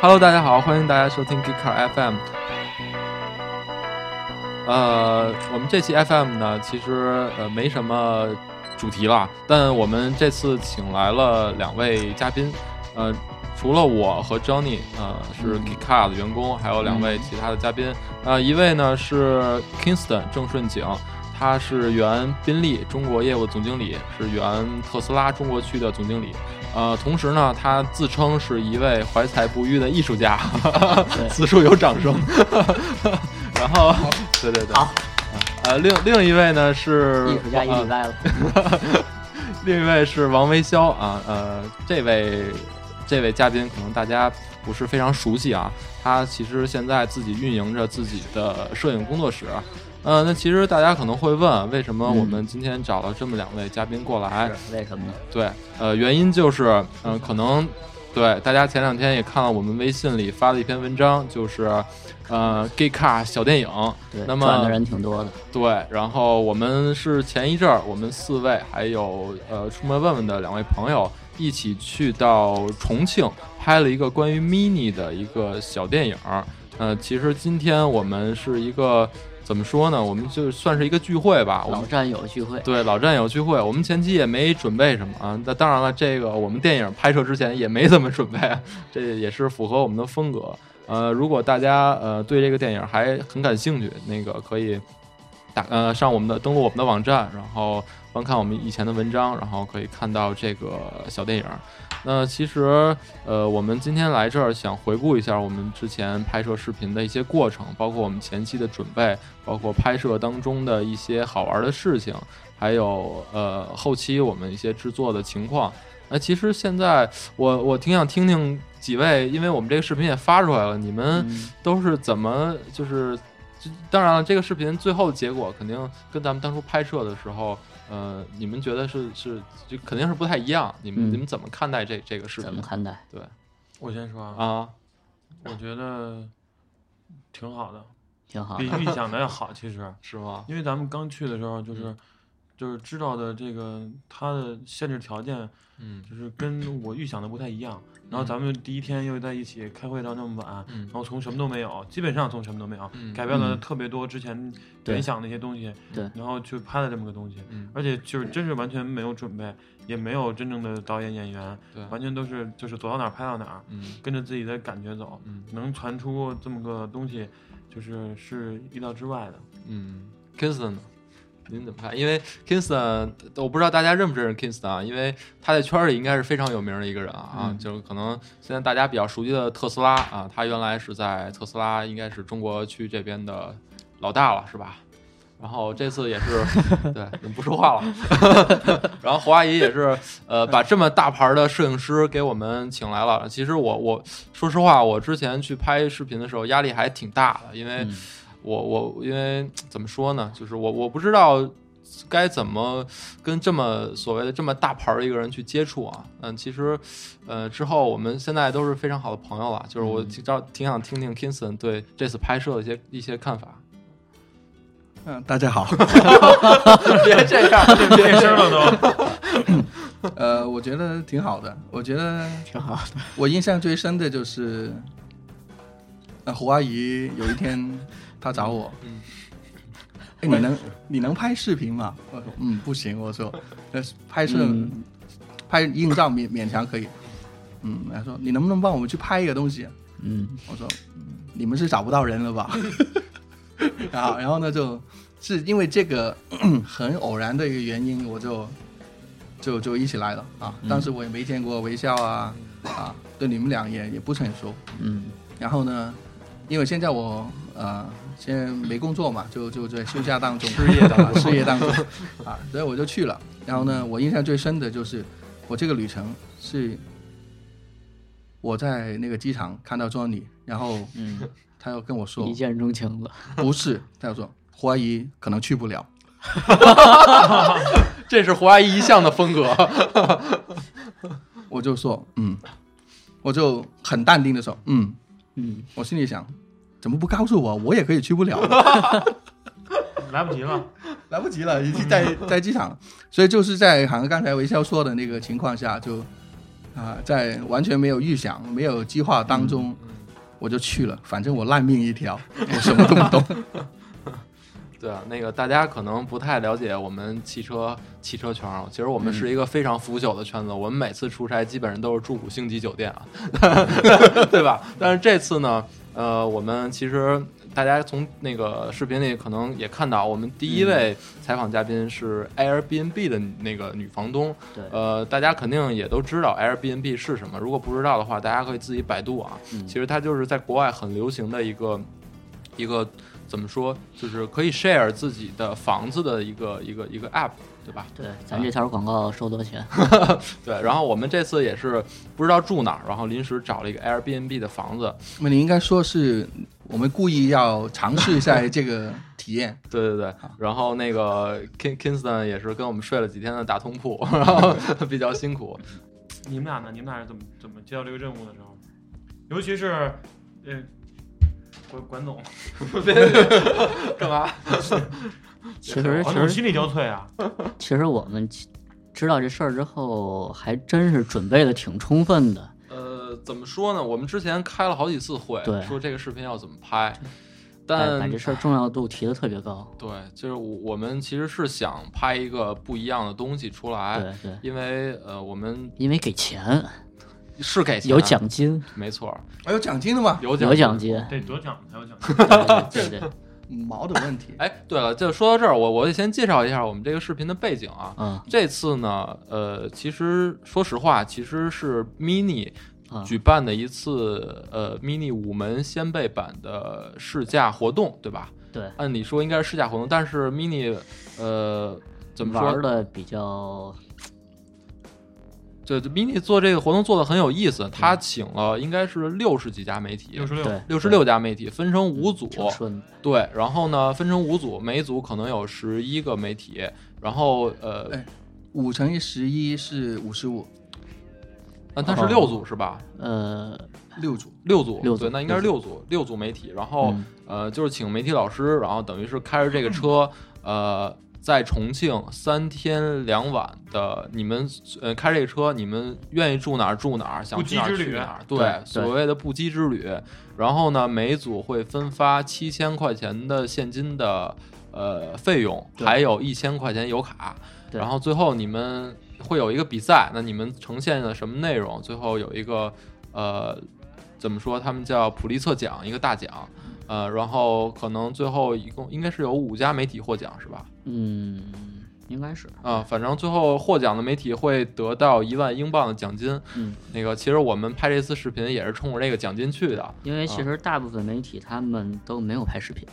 Hello，大家好，欢迎大家收听 Geekcar FM。呃，我们这期 FM 呢，其实呃没什么主题了，但我们这次请来了两位嘉宾，呃，除了我和 Johnny，呃，是 Geekcar 的员工，还有两位其他的嘉宾，呃，一位呢是 Kingston 郑顺景。他是原宾利中国业务总经理，是原特斯拉中国区的总经理，呃，同时呢，他自称是一位怀才不遇的艺术家，此处有掌声。 然后，对对对，好，呃，另另一位呢是艺术家艺术呃家了，另一位是王维潇啊，呃，这位这位嘉宾可能大家不是非常熟悉啊，他其实现在自己运营着自己的摄影工作室。呃，那其实大家可能会问，啊为什么我们今天找了这么两位嘉宾过来？嗯是 为什么呢？对，呃，原因就是，嗯、可能对大家前两天也看到我们微信里发了一篇文章，就是呃 g a y c a 小电影。对，那么赚的人挺多的，对，然后我们是前一阵儿，我们四位还有呃出门问问的两位朋友一起去到重庆拍了一个关于 mini 的一个小电影儿。呃，其实今天我们是一个怎么说呢？我们就算是一个聚会吧。我老们战友聚会，对老战友聚会，我们前期也没准备什么啊。那当然了，这个我们电影拍摄之前也没怎么准备，啊这也是符合我们的风格。呃，如果大家呃对这个电影还很感兴趣，那个可以打呃上我们的登录我们的网站，然后翻看我们以前的文章，然后可以看到这个小电影。那其实，呃，我们今天来这儿想回顾一下我们之前拍摄视频的一些过程，包括我们前期的准备，包括拍摄当中的一些好玩的事情，还有呃后期我们一些制作的情况。那、其实现在我我挺想听听几位，因为我们这个视频也发出来了，你们嗯，都是怎么就是，这当然了，这个视频最后的结果肯定跟咱们当初拍摄的时候，呃，你们觉得是是就肯定是不太一样，你们、嗯你们怎么看待这这个视怎频么？看待？对我先说啊，啊，我觉得挺好的，挺好比的，预想的要好。其实，是吗？因为咱们刚去的时候，就是就是知道的这个它的限制条件，嗯就是跟我预想的不太一样。然后咱们第一天又在一起开会到那么晚，嗯然后从什么都没有，基本上从什么都没有嗯，改变了嗯特别多之前对原想的一些东西，对然后去拍了这么个东西。嗯，而且就是真是完全没有准备，也没有真正的导演演员，对，完全都是就是走到哪儿拍到哪儿，嗯跟着自己的感觉走。嗯能传出这么个东西，就是是意料之外的。嗯，Kingston 呢？您怎么看？因为 Kingston，我不知道大家认不认识 Kingston 啊，因为他在圈儿里应该是非常有名的一个人啊，嗯就是可能现在大家比较熟悉的特斯拉啊，他原来是在特斯拉，应该是中国区这边的老大了，是吧？然后这次也是， 对，你不说话了。 然后侯阿姨也是，呃，把这么大牌的摄影师给我们请来了。其实我我说实话，我之前去拍视频的时候压力还挺大的，因为嗯我我因为怎么说呢，就是我我不知道该怎么跟这么所谓的这么大牌儿一个人去接触啊。嗯，其实呃之后我们现在都是非常好的朋友了，就是我挺着挺想听听 Kinson 对这次拍摄的一些一些看法。嗯，大家好。别这 样， 变声了都， 呃，我觉得挺好的。我觉得挺好的，我印象最深的就是，呃，胡阿姨有一天她找我，嗯哎，你能你能拍视频吗？我说嗯，不行。我说，呃，拍摄、嗯拍硬照勉勉强可以。嗯，她说你能不能帮我们去拍一个东西？嗯，我说、嗯你们是找不到人了吧？ 然后然后呢，就是因为这个 很偶然的一个原因，我就就就一起来了啊。当时我也没见过微笑啊啊，对你们俩也也不是很熟。嗯，然后呢，因为现在我呃现在没工作嘛，就就在休假当中，失业的啊 事业当中啊，所以我就去了。然后呢，我印象最深的就是我这个旅程是我在那个机场看到 Johnny，然后嗯他又跟我说一见钟情了，不是，他又说怀疑可能去不 了。这是胡阿姨一向的风格。 我就说嗯，我就很淡定的说嗯，嗯，我心里想怎么不告诉我，我也可以去不了。 来不及了。来不及了，已经在在机场了。所以就是在好像刚才维肖说的那个情况下，就啊、在完全没有预想、没有计划当嗯中，我就去了，反正我烂命一条， 我什么都不懂。对啊，那个大家可能不太了解我们汽车汽车圈儿，其实我们是一个非常腐朽的圈子。我们每次出差基本上都是住五星级酒店啊， 对吧？但是这次呢，呃，我们其实大家从那个视频里可能也看到，我们第一位采访嘉宾是 Airbnb 的那个女房东。嗯对呃，大家肯定也都知道 Airbnb 是什么，如果不知道的话，大家可以自己百度啊。嗯其实它就是在国外很流行的一个一个怎么说，就是可以 share 自己的房子的一个一个一个 app，对吧？对，咱这条广告收多少 钱？对。然后我们这次也是不知道住哪儿，然后临时找了一个 Airbnb 的房子。那么你应该说是我们故意要尝试一下这个体验， 对对对。然后那个 Kin Kingston 也是跟我们睡了几天的大通铺，然后比较辛苦。你们俩呢？你们俩是怎么怎么接到这个任务的时候？尤其是，呃，管管总，干嘛？其实管其实总心力交瘁啊！其实我们知道这事儿之后，还真是准备的挺充分的。呃，怎么说呢？我们之前开了好几次会对，说这个视频要怎么拍，把但把这事儿重要度提的特别高。对，就是我我们其实是想拍一个不一样的东西出来，对对，因为呃，我们因为给钱是给钱啊有，奖金，没错， 还有奖金的吗？哎有奖有奖金，得得奖才 有奖。对对 对对，毛的问题，哎，对了，就说到这儿，我我得先介绍一下我们这个视频的背景啊。嗯这次呢，呃，其实说实话，其实是 mini 啊举办的一次、呃 mini 五门先辈版的试驾活动，对吧？对，按理说应该是试驾活动，但是 mini 呃怎么说玩的比较对对，mini 做这个活动做的很有意思，嗯他请了应该是六十几家媒体，六十六，对六十六家媒体分成五组，嗯挺顺的，对，然后呢分成五组，每组可能有十一个媒体，然后呃，哎五乘以十一是五十五，那哦它是六组是吧？呃，六组。六组，六组对，那应该是六组，六组媒体，然后、呃就是请媒体老师，然后等于是开着这个车，嗯呃。在重庆三天两晚的，你们呃开这个车，你们愿意住哪儿住哪儿，想去哪儿不羁之去旅哪儿，对对所谓的不羁之旅。然后呢，每组会分发七千块钱的现金的呃费用，对还有一千块钱油卡。对然后最后你们会有一个比赛，那你们呈现的什么内容？最后有一个呃，怎么说？他们叫普利策奖，一个大奖。呃，然后可能最后一共应该是有五家媒体获奖，是吧？嗯，应该是，啊、反正最后获奖的媒体会得到一万英镑的奖金。嗯，那个，其实我们拍这次视频也是冲着这个奖金去的。因为其实大部分媒体他们都没有拍视频，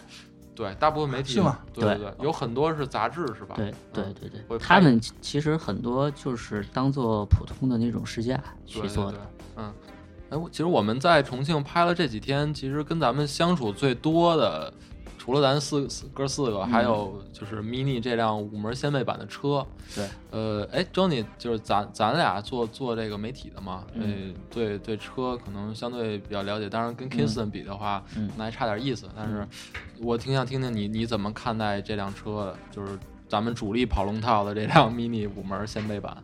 对，大部分媒体是吗？对对，有很多是杂志，是吧？对对嗯对会对，拍他们其其实很多就是当做普通的那种试驾对去对做对的，，嗯。哎，我其实我们在重庆拍了这几天，其实跟咱们相处最多的，除了咱四四哥四个，嗯还有就是 mini 这辆五门掀背版的车。对，呃，哎，Johnny，就是咱咱俩做做这个媒体的嘛，嗯呃，对对车可能相对比较了解，当然跟 Kingston 比的话，嗯那还差点意思。但是我挺想听听你你怎么看待这辆车的，就是咱们主力跑龙套的这辆 mini 五门掀背版。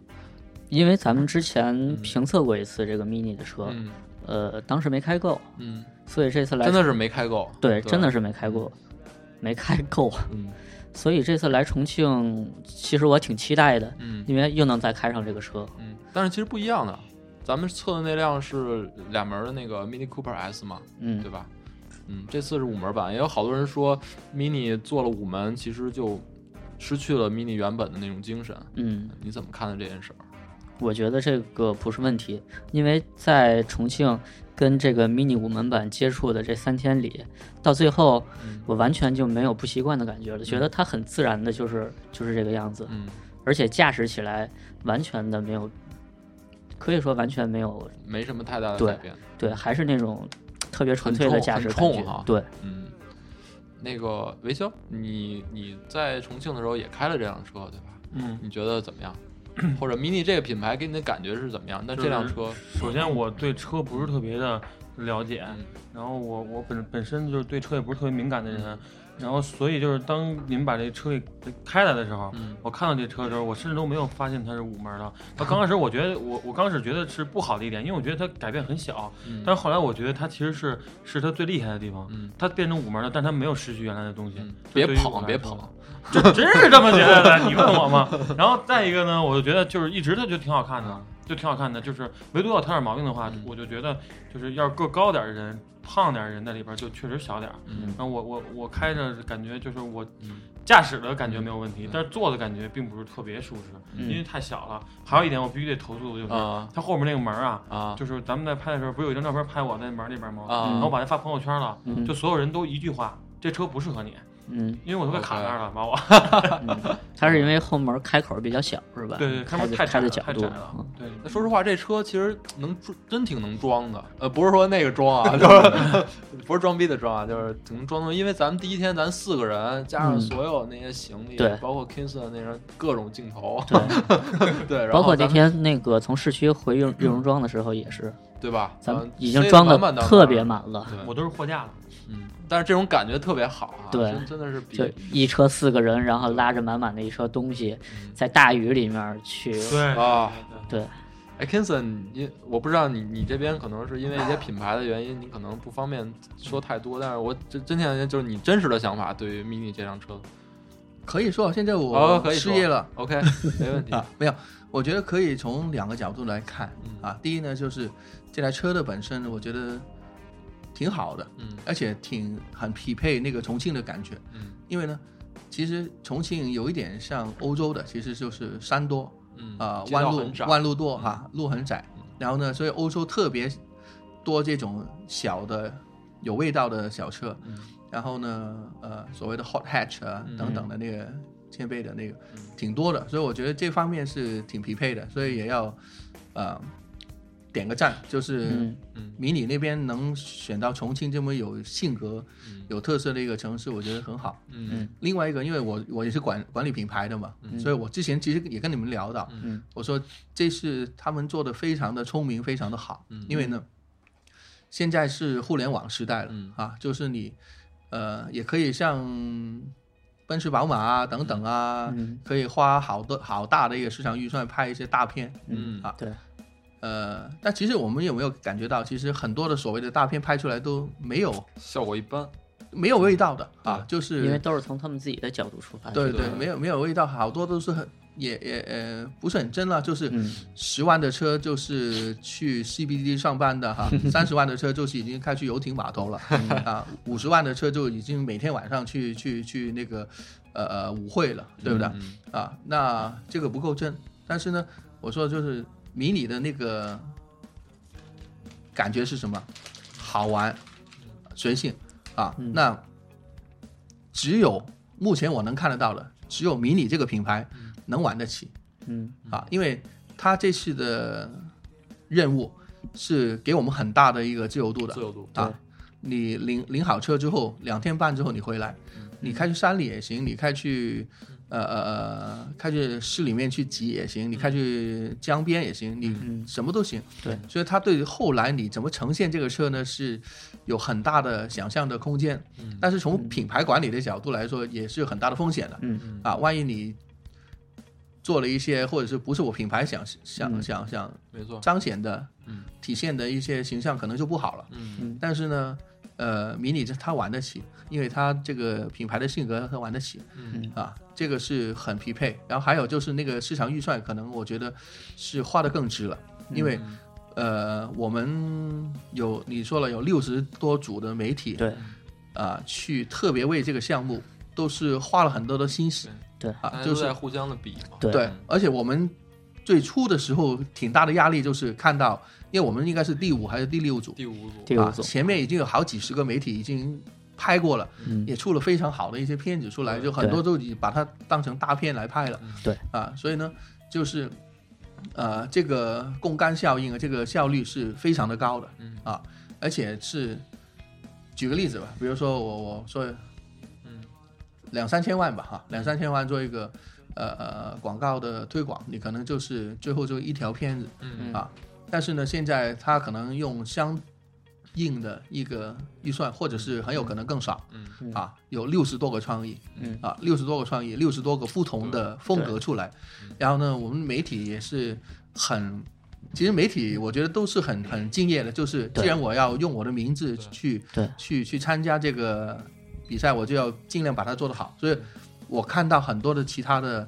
因为咱们之前评测过一次这个 mini 的车，嗯呃，当时没开够，嗯，所以这次来真的是没开够。对，真的是，是没开过，没开够，嗯所以这次来重庆，其实我挺期待的，嗯因为又能再开上这个车。嗯，但是其实不一样的。咱们测的那辆是俩门儿的那个 Mini Cooper S 嘛，嗯对，吧？嗯，这次是五门版，也有好多人说 Mini 做了五门，其实就失去了 Mini 原本的那种精神。嗯，你怎么看待这件事儿？我觉得这个不是问题，因为在重庆跟这个 mini 五门版接触的这三天里，到最后嗯我完全就没有不习惯的感觉了，觉得它很自然的，就是就是这个样子，嗯，而且驾驶起来完全的没有，可以说完全没有没什么太大的对改变。对，还是那种特别纯粹的很冲驾驶很感冲哈觉。对，嗯，那个维修，你你在重庆的时候也开了这辆车，对吧？嗯，你觉得怎么 样？或者 Mini 这个品牌给你的感觉是怎么样？那就这辆是车，嗯首先我对车不是特别的了解，嗯嗯然后我我本本身就是对车也不是特别敏感的人，然后所以就是当你们把这车给开来的时候，嗯我看到这车的时候，我甚至都没有发现它是五门的。它刚开始我觉得我我刚开始觉得是不好的一点，因为我觉得它改变很小，嗯但是后来我觉得它其实是是它最厉害的地方。嗯它变成五门了，但它没有失去原来的东西。嗯这别对于我捧来别说捧，这真是这么觉得的，你问我吗？然后再一个呢，我就觉得就是一直它就挺好看的，就挺好看的，就是唯独要挑点毛病的话嗯，我就觉得就是要是个高点儿的人、胖点儿的人在里边儿就确实小点儿。嗯然后我我我开着感觉就是我嗯驾驶的感觉没有问题嗯，但是坐的感觉并不是特别舒适，嗯因为太小了。还有一点我必须得投诉的就是，啊它后面那个门儿啊，啊就是咱们在拍的时候，不是有一张照片拍我在门儿里边儿吗？啊然后我把它发朋友圈了，嗯就所有人都一句话，这车不适合你，嗯因为我都被卡那儿了，把我。嗯，它是因为后门开口比较小是吧？对对，开开门的太窄开了，的角太度窄了。嗯对，那说实话，这车其实能装真挺能装的，呃，不是说那个装啊， 就是不是装逼的装啊，就是挺能装的。因为咱们第一天咱四个人，加上嗯所有那些行李，对包括 Kinson 那种各种镜头，对，对，然后包括那咱们天那个从市区回运运荣庄的时候也是，对吧？咱们嗯已经装的塞得满满特别满了，对， 我都是货架了。嗯，但是这种感觉特别好啊，对真真的是比就一车四个人，然后拉着满满的一车东西，嗯在大雨里面去，对啊，对哎，Kinson，你我不知道你你这边可能是因为一些品牌的原因，你可能不方便说太多，但是我真真想就是你真实的想法对于 Mini 这辆车可以说现在哦我可以失说业了。 ，OK，没问题，啊，没有，我觉得可以从两个角度来看嗯啊。第一呢，就是这台车的本身，我觉得挺好的，嗯而且挺很匹配那个重庆的感觉。嗯因为呢，其实重庆有一点像欧洲的，其实就是山多嗯啊、街弯道路很窄弯路多哈、路很窄嗯。然后呢，所以欧洲特别多这种小的有味道的小车。嗯然后呢，呃，所谓的 hot hatch 啊嗯等等的那个前辈的那个、嗯挺多的，所以我觉得这方面是挺匹配的，所以也要呃点个赞，就是嗯嗯迷你那边能选到重庆这么有性格、嗯有特色的一个城市，我觉得很好。嗯另外一个，因为我我也是管管理品牌的嘛，嗯所以我之前其实也跟你们聊到，嗯我说这是他们做的非常的聪明，非常的好，嗯因为呢，现在是互联网时代了、嗯啊，就是你呃也可以像奔驰、宝马啊等等啊，嗯可以花好多好大的一个市场预算拍一些大片，嗯嗯，啊对，呃，但其实我们有没有感觉到，其实很多的所谓的大片拍出来都没有效果一般，没有味道的啊对，就因为是都是从他们自己的角度出发的，对对对，没有没有味道，好多都是很也也呃不是很真了，就是。嗯十万的车就是去 CBD 上班的哈，三十万的车就是已经开去游艇码头了啊，五十万的车就已经每天晚上去去去那个呃呃舞会了，对不对、嗯啊？那这个不够真，但是呢，我说就是迷你的那个感觉是什么？好玩，随性啊。嗯那只有目前我能看得到的，只有迷你这个品牌能玩得起。嗯啊，因为他这次的任务是给我们很大的一个自由度的自由度啊。你领领好车之后，两天半之后你回来，嗯你开去山里也行，你开去呃呃呃开去市里面去挤也行，你开去江边也行，你嗯什么都行。对，所以他对于后来你怎么呈现这个车呢，是有很大的想象的空间。嗯但是从品牌管理的角度来说，也是有很大的风险的。嗯嗯啊，万一你做了一些或者是不是我品牌想想嗯想想没错，彰显的嗯、体现的一些形象，可能就不好了。嗯嗯但是呢，呃，迷你这他玩得起，因为他这个品牌的性格他玩得起嗯啊，这个是很匹配。然后还有就是那个市场预算，可能我觉得是花的更值了，因为。嗯呃，我们有你说了有六十多组的媒体，对啊、去特别为这个项目都是花了很多的心思，对大啊，家就都是在互相的比嘛，嗯对对，而且我们最初的时候挺大的压力，就是看到，因为我们应该是第五还是第六组，第五组第五啊，组，前面已经有好几十个媒体已经拍过了，嗯也出了非常好的一些片子出来，对就很多都已经把它当成大片来拍了嗯。对啊，所以呢，就是呃，这个共杆效应啊，这个效率是非常的高的嗯啊，而且是举个例子吧，比如说我我说嗯两三千万吧，哈，两三千万做一个呃呃广告的推广，你可能就是最后就一条片子。嗯啊但是呢，现在他可能用相硬的一个预算，或者是很有可能更少嗯嗯啊，有六十多个创意嗯啊，六十多个创意，六十多个不同的风格出来嗯。然后呢，我们媒体也是很，其实媒体我觉得都是很很敬业的，就是对既然我要用我的名字对去对去去参加这个比赛，我就要尽量把它做得好。所以我看到很多的其他的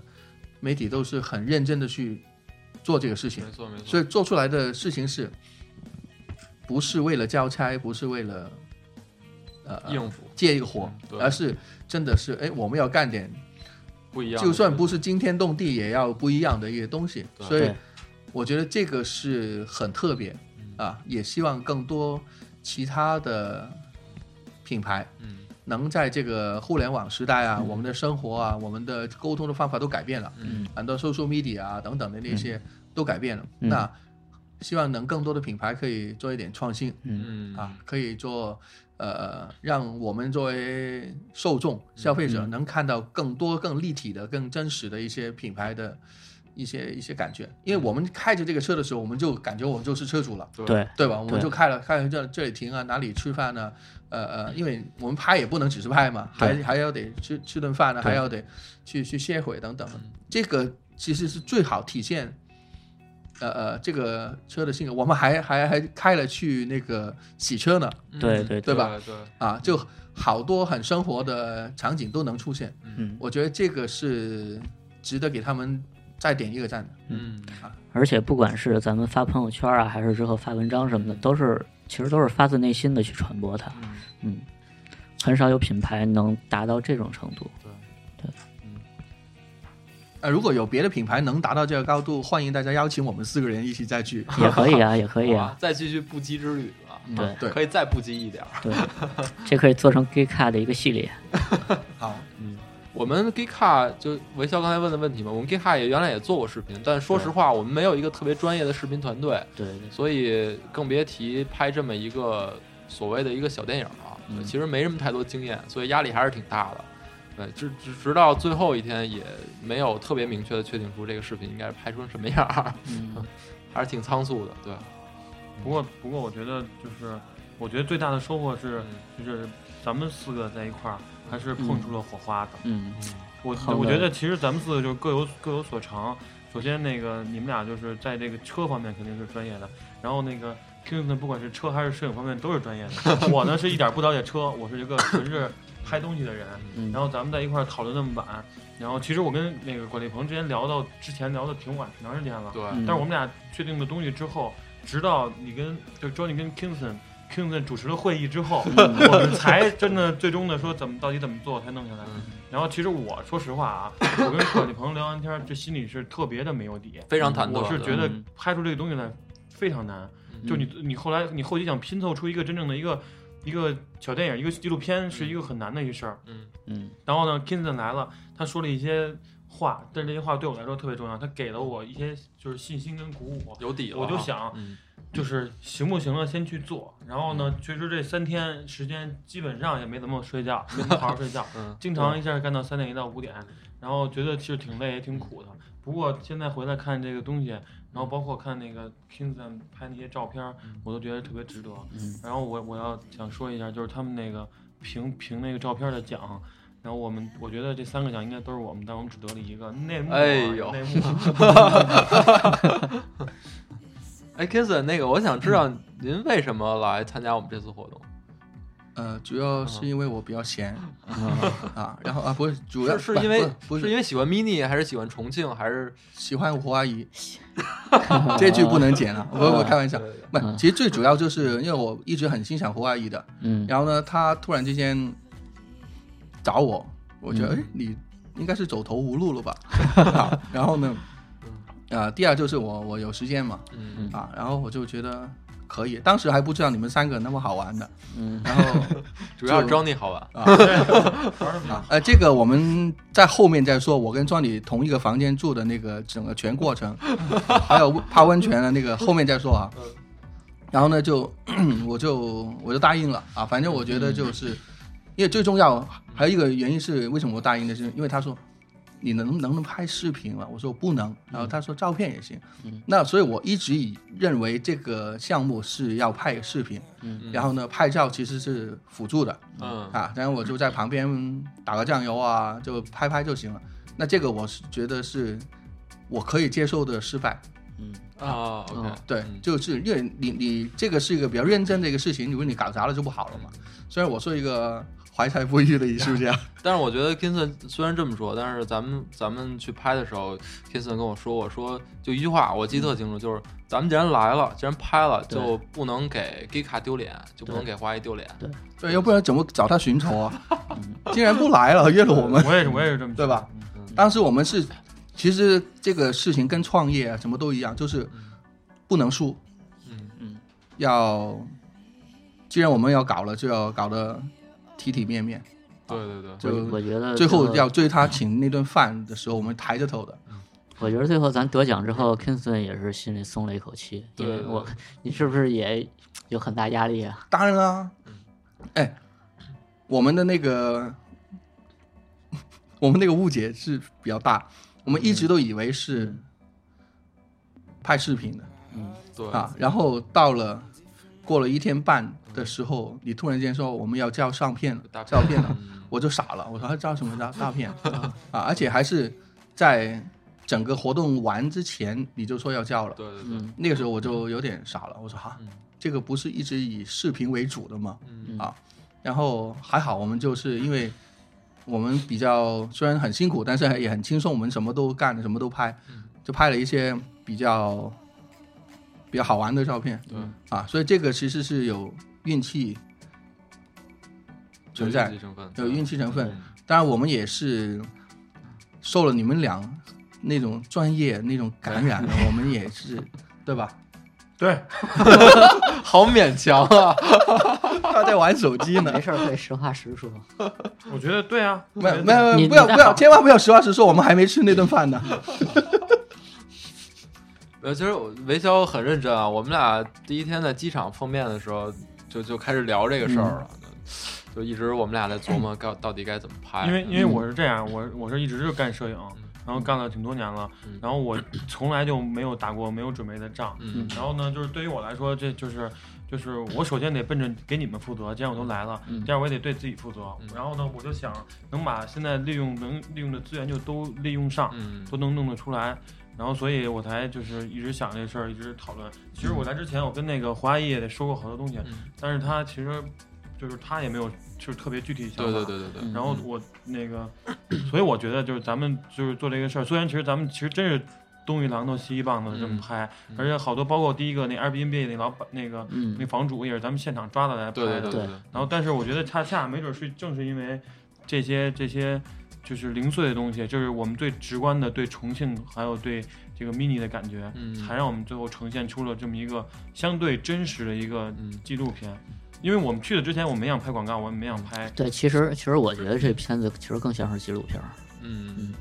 媒体都是很认真的去做这个事情没。错没错，所以做出来的事情是，不是为了交差，不是为了呃应付借一个嗯火，呃对而是真的是哎，我们要干点，不一样的，就算不是惊天动地，也要不一样的一个东西。对所以对我觉得这个是很特别嗯啊，也希望更多其他的品牌。嗯能在这个互联网时代啊，我们的生活啊，我们的沟通的方法都改变了，嗯很多 social media 啊等等的那些都改变了。嗯那希望能更多的品牌可以做一点创新、嗯啊，可以做呃，让我们作为受众、消费者能看到更多、更立体的、更真实的一些品牌的一些一些感觉。因为我们开着这个车的时候，我们就感觉我们就是车主了。对对吧？我们对就开了，开了这这里停啊，哪里吃饭呢、呃呃，因为我们拍也不能只是拍嘛，对还还要得吃吃顿饭呢、对还要得去去歇会等等嗯。这个其实是最好体现，呃呃，这个车的性格。我们还还还开了去那个洗车呢，嗯对对对吧？对，啊，就好多很生活的场景都能出现。嗯，我觉得这个是值得给他们再点一个赞的。啊嗯而且不管是咱们发朋友圈啊，还是之后发文章什么的，都是其实都是发自内心的去传播它。嗯嗯，很少有品牌能达到这种程度。呃，如果有别的品牌能达到这个高度，欢迎大家邀请我们四个人一起再去。也可以啊，也可以好吧啊，再继续不羁之旅吧，嗯对对，可以再不羁一点儿。对，这可以做成 Gay Car 的一个系列。好，我们 g e e k a 就维肖刚才问的问题嘛，我们 g e e k a 也原来也做过视频，但说实话，我们没有一个特别专业的视频团队，对对所以更别提拍这么一个所谓的一个小电影了、嗯其实没什么太多经验，所以压力还是挺大的。嗯对，直直直到最后一天也没有特别明确的确定出这个视频应该是拍成什么样儿，嗯还是挺仓促的。对，不过不过，我觉得就是，我觉得最大的收获是，就是咱们四个在一块儿，还是碰出了火花的。嗯我好的我觉得其实咱们四个就是各有各有所长。首先那个你们俩就是在这个车方面肯定是专业的，然后那个 King 呢，不管是车还是摄影方面都是专业 的。我呢是一点不了解车，我是一个纯是拍东西的人。嗯然后咱们在一块儿讨论那么晚，然后其实我跟那个管立鹏之前聊到之前聊的挺晚，挺长时间了。对，嗯但是我们俩确定了东西之后，直到你跟就 Johnny 跟 Kingston Kingston 主持了会议之后，嗯我们才真的最终的说怎么到底怎么做才弄下来。嗯然后其实我说实话啊，我跟管立鹏聊完天儿，这心里是特别的没有底。非常忐忑。我是对觉得嗯拍出这个东西来非常难，嗯就你你后来你后期想拼凑出一个真正的一个一个小电影一个纪录片，是一个很难的一事儿。嗯嗯然后呢，Kingston 来了，他说了一些话，但是这些话对我来说特别重要，他给了我一些就是信心跟鼓舞。有底了啊，我就想，嗯，就是行不行了，先去做。然后呢，其实这三天时间基本上也没怎么睡觉，没怎么好好睡觉，嗯经常一下干到三点一到五点，然后觉得其实挺累也挺苦的。不过现在回来看这个东西，然后包括看那个 Kingston 拍那些照片儿嗯，我都觉得特别值得。嗯然后我我要想说一下，就是他们那个评评那个照片的奖。然后我们，我觉得这三个奖应该都是我们，但我们只得了一个内幕啊、哎呦内幕啊，哎 k i s s 那个，我想知道嗯您为什么来参加我们这次活动？呃，主要是因为我比较闲啊 啊，然后啊，不是，主要是是因为不是不是因为喜欢 mini 还是喜欢重庆还是喜欢胡阿姨， 这句不能剪了，我我开玩笑，不嗯，其实最主要就是因为我一直很欣赏胡阿姨的，嗯然后呢，她突然之间找我，我觉得嗯哎，你应该是走投无路了吧？ 啊然后呢，啊，第二就是我我有时间嘛，嗯啊，然后我就觉得可以，当时还不知道你们三个那么好玩的，嗯然后。啊主要是就 Johnny 好玩？玩儿得比较啊，呃，这个我们在后面再说。我跟庄里同一个房间住的那个整个全 过程，还有泡温泉的那个后面再说嗯啊。然后呢，就 我就我就答应了啊。反正嗯我觉得就是，因为最重要还有一个原因是为什么我答应的是，因为他说你能能不能拍视频嘛？我说我不能。然后他说照片也行。嗯那所以我一直以认为这个项目是要拍视频，嗯然后呢拍照其实是辅助的嗯啊，然后我就在旁边打个酱油啊，就拍拍就行了。那这个我是觉得是我可以接受的失败。嗯啊，OK，嗯对嗯，就是因为你你这个是一个比较认真的一个事情，如果你搞砸了就不好了嘛。虽然我是一个怀才不遇的艺术家，但是我觉得 Kinson 虽然这么说，但是咱们咱们去拍的时候，Kinson 跟我说，我说就一句话，我记得特清楚，就是咱们既然来了，既然拍了，对就不能给 Gika 丢脸，就不能给花艺丢脸。 对，要不然怎么找他寻仇啊？ 竟然不来了，约了我们。我也是，我也是这么对吧想的？当时我们是，其实这个事情跟创业啊什么都一样，就是不能输，嗯要既然我们要搞了，就要搞得体体面面。对对对，就我我觉得最后这个要追他请那顿饭的时候，我们抬着头的。我觉得最后咱得奖之后，Kingston 也是心里松了一口气，因为对我你是不是也有很大压力啊？当然啦，哎，我们的那个，我们那个误解是比较大，我们一直都以为是拍视频的、对啊，然后到了过了一天半的时候，你突然间说我们要叫上片大了，片照片 了，嗯我就傻了，我说还照什么照照片啊？ 而且还是在整个活动完之前你就说要叫了，对对对，嗯那个时候我就有点傻了，我说哈嗯，这个不是一直以视频为主的吗？嗯啊，然后还好我们就是因为我们比较虽然很辛苦，但是也很轻松，我们什么都干，什么都拍，嗯就拍了一些比较比较好玩的照片对，啊，所以这个其实是有运气存有在运气，成分，有运气成分嗯。当然，我们也是受了你们俩那种专业那种感染了，我们也是对吧？对，好勉强啊，他在玩手机 呢没。事儿，可以实话实说。我觉得对啊，没有我觉得没有没你有，不要你在不要，好千万不要实话实说，我们还没吃那顿饭呢。呃，其实我维肖很认真啊，我们俩第一天在机场碰面的时候，就就开始聊这个事儿了，嗯嗯就一直我们俩在琢磨该到底该怎么拍，啊因为因为嗯我是这样，我我是一直就干摄影嗯，然后干了挺多年了嗯，然后我从来就没有打过没有准备的仗。嗯然后呢，就是对于我来说，这就是就是我首先得奔着给你们负责，既然我都来了，嗯这样我也得对自己负责嗯。然后呢，我就想能把现在利用能利用的资源就都利用上，嗯都能弄得出来。然后，所以我才就是一直想这事儿，一直讨论。其实我来之前，我跟那个华谊也得说过好多东西，嗯，但是他其实就是他也没有就是特别具体的对想对法。对对对，嗯然后我那个， 所以我觉得就是咱们就是做这个事儿，虽然其实咱们其实真是东一榔头西一棒子这么拍，嗯而且好多包括第一个那 Airbnb 那老板那个、嗯那房主也是咱们现场抓的来拍对的。对对对，然后但是我觉得恰恰没准是正是因为这些这些就是零碎的东西，就是我们最直观的对重庆还有对这个 mini 的感觉，嗯才让我们最后呈现出了这么一个相对真实的一个嗯纪录片。因为我们去的之前，我没想拍广告，我也没想拍对，其实其实我觉得这片子其实更像是纪录片儿。嗯嗯，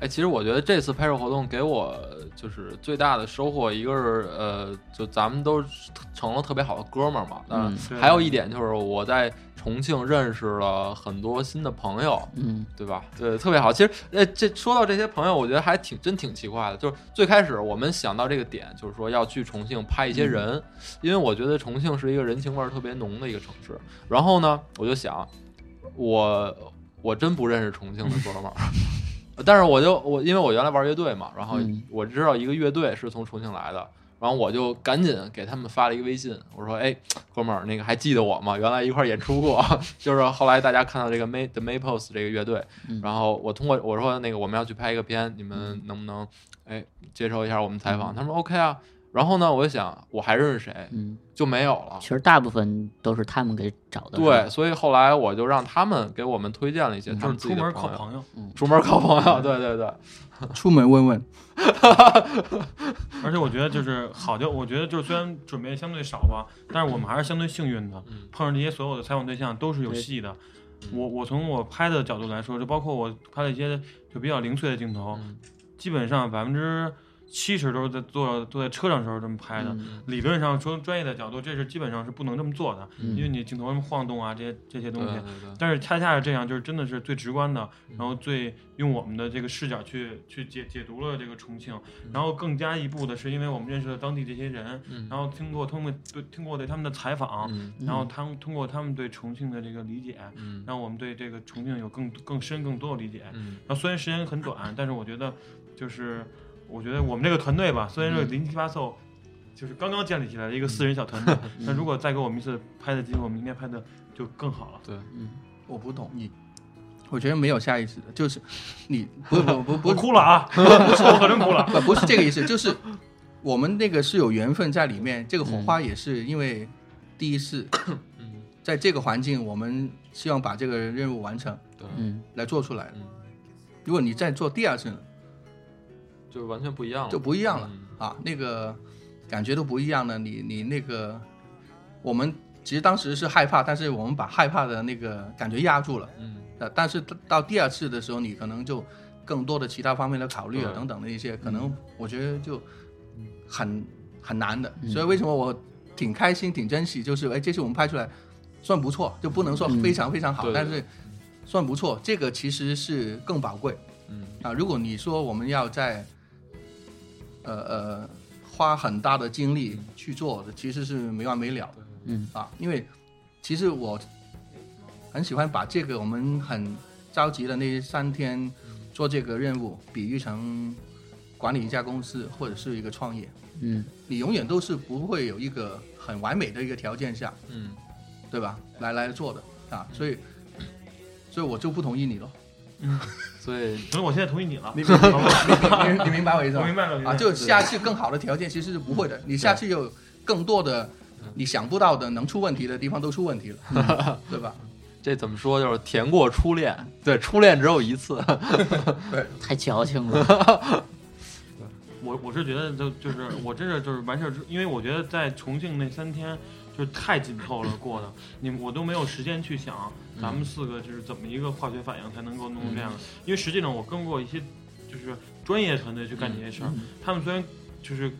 哎，其实我觉得这次拍摄活动给我就是最大的收获，一个是呃，就咱们都是成了特别好的哥们儿嘛，但嗯是对还有一点就是我在重庆认识了很多新的朋友，嗯对吧？对，特别好。其实，呃，这说到这些朋友，我觉得还挺真挺奇怪的。就是最开始我们想到这个点，就是说要去重庆拍一些人，因为我觉得重庆是一个人情味儿特别浓的一个城市。然后呢，我就想，我我真不认识重庆的哥们儿。 但是我就我因为我原来玩乐队嘛，然后嗯我知道一个乐队是从重庆来的，然后我就赶紧给他们发了一个微信，我说：“哎，哥们儿，那个还记得我吗？原来一块儿演出过，就是后来大家看到这个 May The Maples 这个乐队，嗯然后我通过我说那个我们要去拍一个片，你嗯们能不能哎接受一下我们采访？他们说 OK 啊。然后呢，我就想我还认识谁，嗯，就没有了其。实大部分都是他们给找的。哦对，，所以后来我就让他们给我们推荐了一些他就是们自己出的门靠朋友，朋友，嗯出门靠朋友，对对对，出门问问，而且我觉得就是好就我觉得就是虽然准备相对少吧，但是我们还是相对幸运的，嗯碰上这些所有的采访对象都是有对戏的。嗯我我从我拍的角度来说，就包括我拍了一些就比较零碎的镜头，嗯基本上百分之七成都是在坐坐在车上时候这么拍的。嗯理论上从专业的角度，这是基本上是不能这么做的，嗯因为你镜头晃动啊，这些这些对东西对。对，但是恰恰是这样，就是真的是最直观的，嗯然后最用我们的这个视角去去解解读了这个重庆，然后更加一步的是，因为我们认识了当地这些人，嗯然后听过通过对听过对他们的采访，嗯然后他们通过他们对重庆的这个理解，嗯让我们对这个重庆有更更深更多的理解。嗯然后虽然时间很短，但是我觉得就是我觉得我们这个团队吧，虽然说嗯零七八凑。就是刚刚建立起来的一个私人 小团队，嗯那如果再给我们一次拍的机会，我们应该拍的就更好了。嗯，我不懂你，我觉得没有下意识的，就是你不不不我不哭了啊！ 我可真哭了。不不是这个意思，就是我们那个是有缘分在里面，这个火花也是因为第一次嗯，在这个环境，我们希望把这个任务完成对，嗯，来做出来的。嗯，如果你再做第二次呢，就完全不一样了，就不一样了。嗯啊，那个感觉都不一样了。你你那个，我们其实当时是害怕，但是我们把害怕的那个感觉压住了。嗯呃，但是到到第二次的时候，你可能就更多的其他方面的考虑嗯啊，对等等的一些，可能我觉得就很很难的。嗯所以为什么我挺开心、挺珍惜，就是哎，这次我们拍出来算不错，就不能说嗯非常非常好，对对但是算不错。这个其实是更宝贵。嗯啊，如果你说我们要在，呃呃，花很大的精力去做的，其实是没完没了对嗯的啊。因为其实我很喜欢把这个我们很着急的那三天做这个任务，比喻成管理一家公司或者是一个创业，嗯，你永远都是不会有一个很完美的一个条件下，嗯对吧？来来做的啊，所以，所以我就不同意你咯。所以可能我现在同意你了，你好吧你你明白我意思我吗明？白了，明白 啊，了就下次更好的条件其实是不会的，你下次有更多的嗯你想不到的能出问题的地方都出问题了，对吧？这怎么说就是甜过初恋，对，初恋只有一次，太矫情了，我我是觉得就就是我真是就是完事儿之，因为我觉得在重庆那三天就是太紧凑了过的，你我都没有时间去想嗯咱们四个就是怎么一个化学反应才能够弄成这样，因为实际上我跟过一些就是专业团队去干这些事儿，他们虽然就是。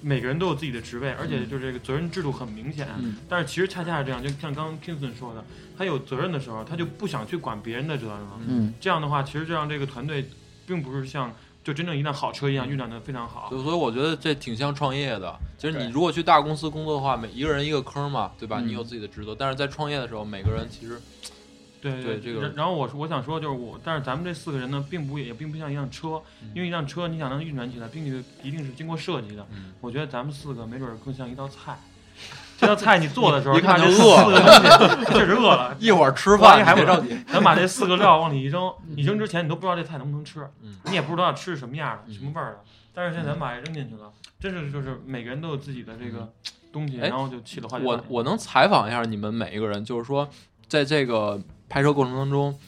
每个人都有自己的职位，而且就是这个责任制度很明显，嗯但是其实恰恰是这样，就像刚刚 Kingston 说的，他有责任的时候，他就不想去管别人的责任了，嗯这样的话，其实就让这个团队并不是像就真正一辆好车一样运转的非常好。对，所以我觉得这挺像创业的。其实你对如果去大公司工作的话，每一个人一个坑嘛，对吧？嗯你有自己的职责，但是在创业的时候，每个人其实对对这个然然后我说我想说就是我，但是咱们这四个人呢，并不也并不像一辆车，嗯因为一辆车你想能运转起来，并且一定是经过设计的。嗯我觉得咱们四个没准儿更像一道菜， 这道菜你做的时 候，一一看你就把这四饿个东西， 确实饿了。一会儿吃哇饭，你还别不着急。咱把这四个料往里一扔，你扔之前你都不知道这菜能不能吃，嗯你也不知道吃是什么样嗯的、什么味儿的。但是现在咱把这扔进去了，真是就是每个人都有自己的这个东西，哎然后就起了化学我反应我能采访一下你们每一个人，就是说，在这个拍摄过程当中，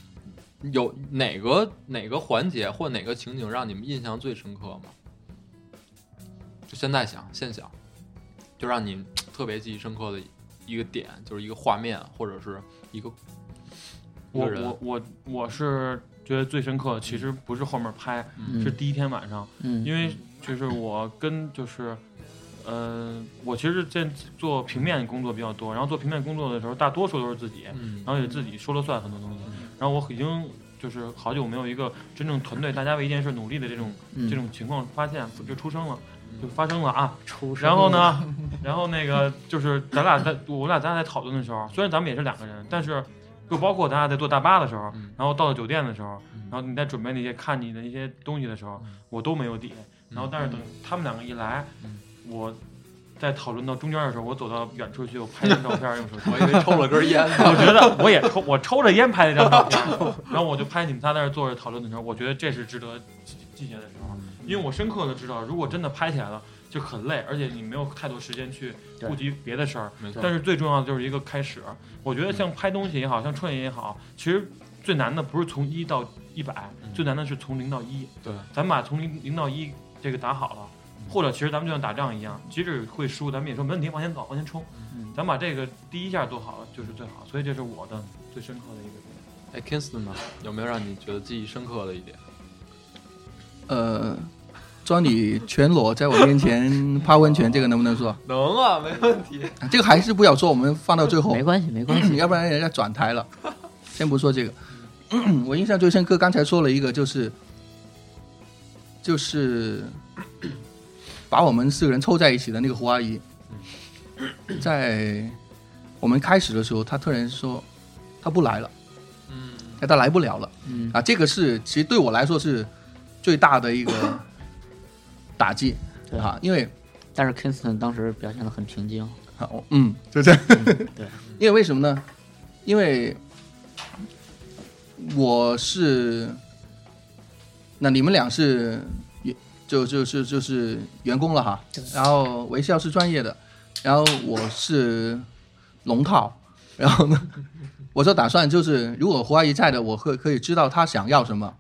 有哪个哪个环节或哪个情景让你们印象最深刻吗？就现在想，现想，就让你特别记忆深刻的一个点，就是一个画面或者是一个一我个人我我我是觉得最深刻，其实不是后面拍，嗯是第一天晚上，嗯因为就是我跟就是。呃，我其实在做平面工作比较多，然后做平面工作的时候，大多数都是自己，嗯然后也自己说了算很多东西。然后我已经就是好久没有一个真正团队大家为一件事努力的这种、嗯嗯这种情况发现就出生了，就发生了啊。出身然后？呢， 然后那个就是咱俩在我俩咱俩在讨论的时候，虽然咱们也是两个人，但是就包括咱俩在坐大巴的时候，嗯然后到了酒店的时候，嗯然后你在准备那些看你的一些东西的时候嗯，我都没有底。然后但是等他们两个一来嗯，我。在讨论到中间的时候，我走到远处去，我拍张照片，用手机。我以为抽了根烟呢。我觉得我也抽，我抽着烟拍那张照片，然后我就拍你们仨在那儿坐着讨论的时候，我觉得这是值得记记下来的时候，因为我深刻的知道，如果真的拍起来了就很累，而且你没有太多时间去顾及别的事儿。没错，但是最重要的就是一个开始，我觉得像拍东西也好，像创业也好，其实最难的不是从一到一百嗯，最难的是从零到一。对，咱们把从零零到一这个打好了，或者其实咱们就像打仗一样，即使会输，咱们也说没问题，往前走，往前冲。嗯咱把这个第一下做好了就是最好，所以这是我的最深刻的一个点。哎，Kingston 呢？有没有让你觉得记忆深刻的一点？呃，专女全裸在我面前 泡温泉，这个能不能说？能啊，没问题。这个还是不要说，我们放到最后没，关系，没关系。嗯要不然人家转台了。先不说这个，嗯我印象最深刻，刚才说了一个，就是就是把我们四个人凑在一起的那个胡阿姨，嗯在我们开始的时候，她突然说她不来了，嗯，她她来不了了。嗯啊，这个是其实对我来说是最大的一个打击对啊，因为但是 Kingston 当时表现的很平静，啊我嗯，就这样，对，因为为什么呢？因为我是，那你们俩是员就就是就是员工了哈，然后维校是专业的，然后我是龙套，然后呢，我就打算就是如果胡阿姨在的，我会可以知道她想要什么，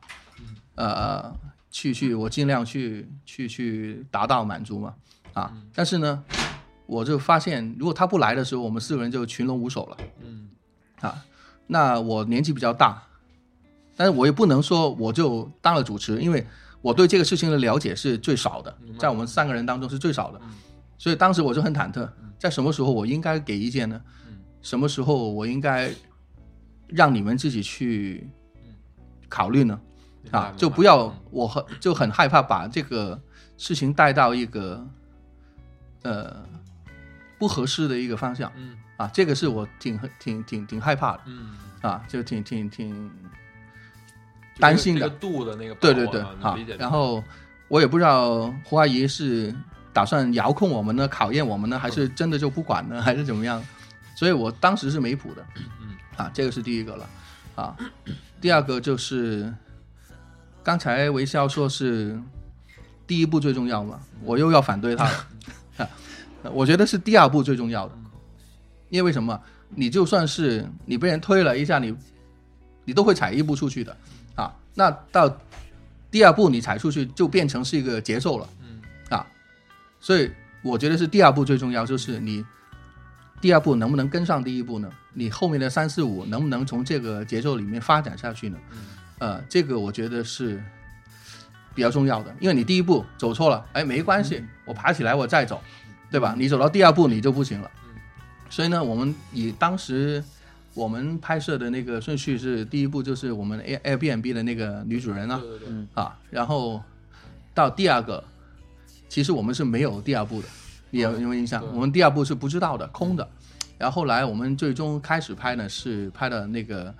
呃，去去我尽量去去去达到满足嘛，啊，但是呢，我就发现如果她不来的时候，我们四个人就群龙无首了。嗯啊，那我年纪比较大，但是我也不能说我就当了主持，因为我对这个事情的了解是最少的明，白在我们三个人当中是最少的嗯，所以当时我就很忐忑，在什么时候我应该给意见呢嗯？什么时候我应该让你们自己去嗯考虑呢？明白啊明，白就不要我很就很害怕把这个事情带到一个呃不合适的一个方向嗯啊，这个是我挺挺挺挺害怕的。嗯，啊，就挺挺挺，就担这个心这的个度的那个把对握啊，对对，能啊理解。然后我也不知道胡阿姨是打算遥控我们呢，考验我们呢，还嗯是真的就不管呢，还是怎么样？所以我当时是没谱的，嗯，啊，这个是第一个了，啊，第二个就是刚才维笑说是第一步最重要嘛，嗯我又要反 对他了，我觉得是第二步最重要嗯的，因为什么？你就算是你被人推了一下，你你都会踩一步出去的啊。那到第二步你踩出去就变成是一个节奏了，嗯啊，所以我觉得是第二步最重要，就是你第二步能不能跟上第一步呢？你后面的三四五能不能从这个节奏里面发展下去呢？嗯呃，这个我觉得是比较重要的，因为你第一步走错了，哎，没关嗯系，我爬起来我再走，对吧？你走到第二步你就不行了嗯。所以呢，我们以当时我们拍摄的那个顺序是，第一步就是我们 Air Airbnb 的那个女主人啊，对对对，嗯啊，然后到第二个，其实我们是没有第二部的，你有有没有印象对？我们第二部是不知道的，空的。然后后来我们最终开始拍呢，是拍的那个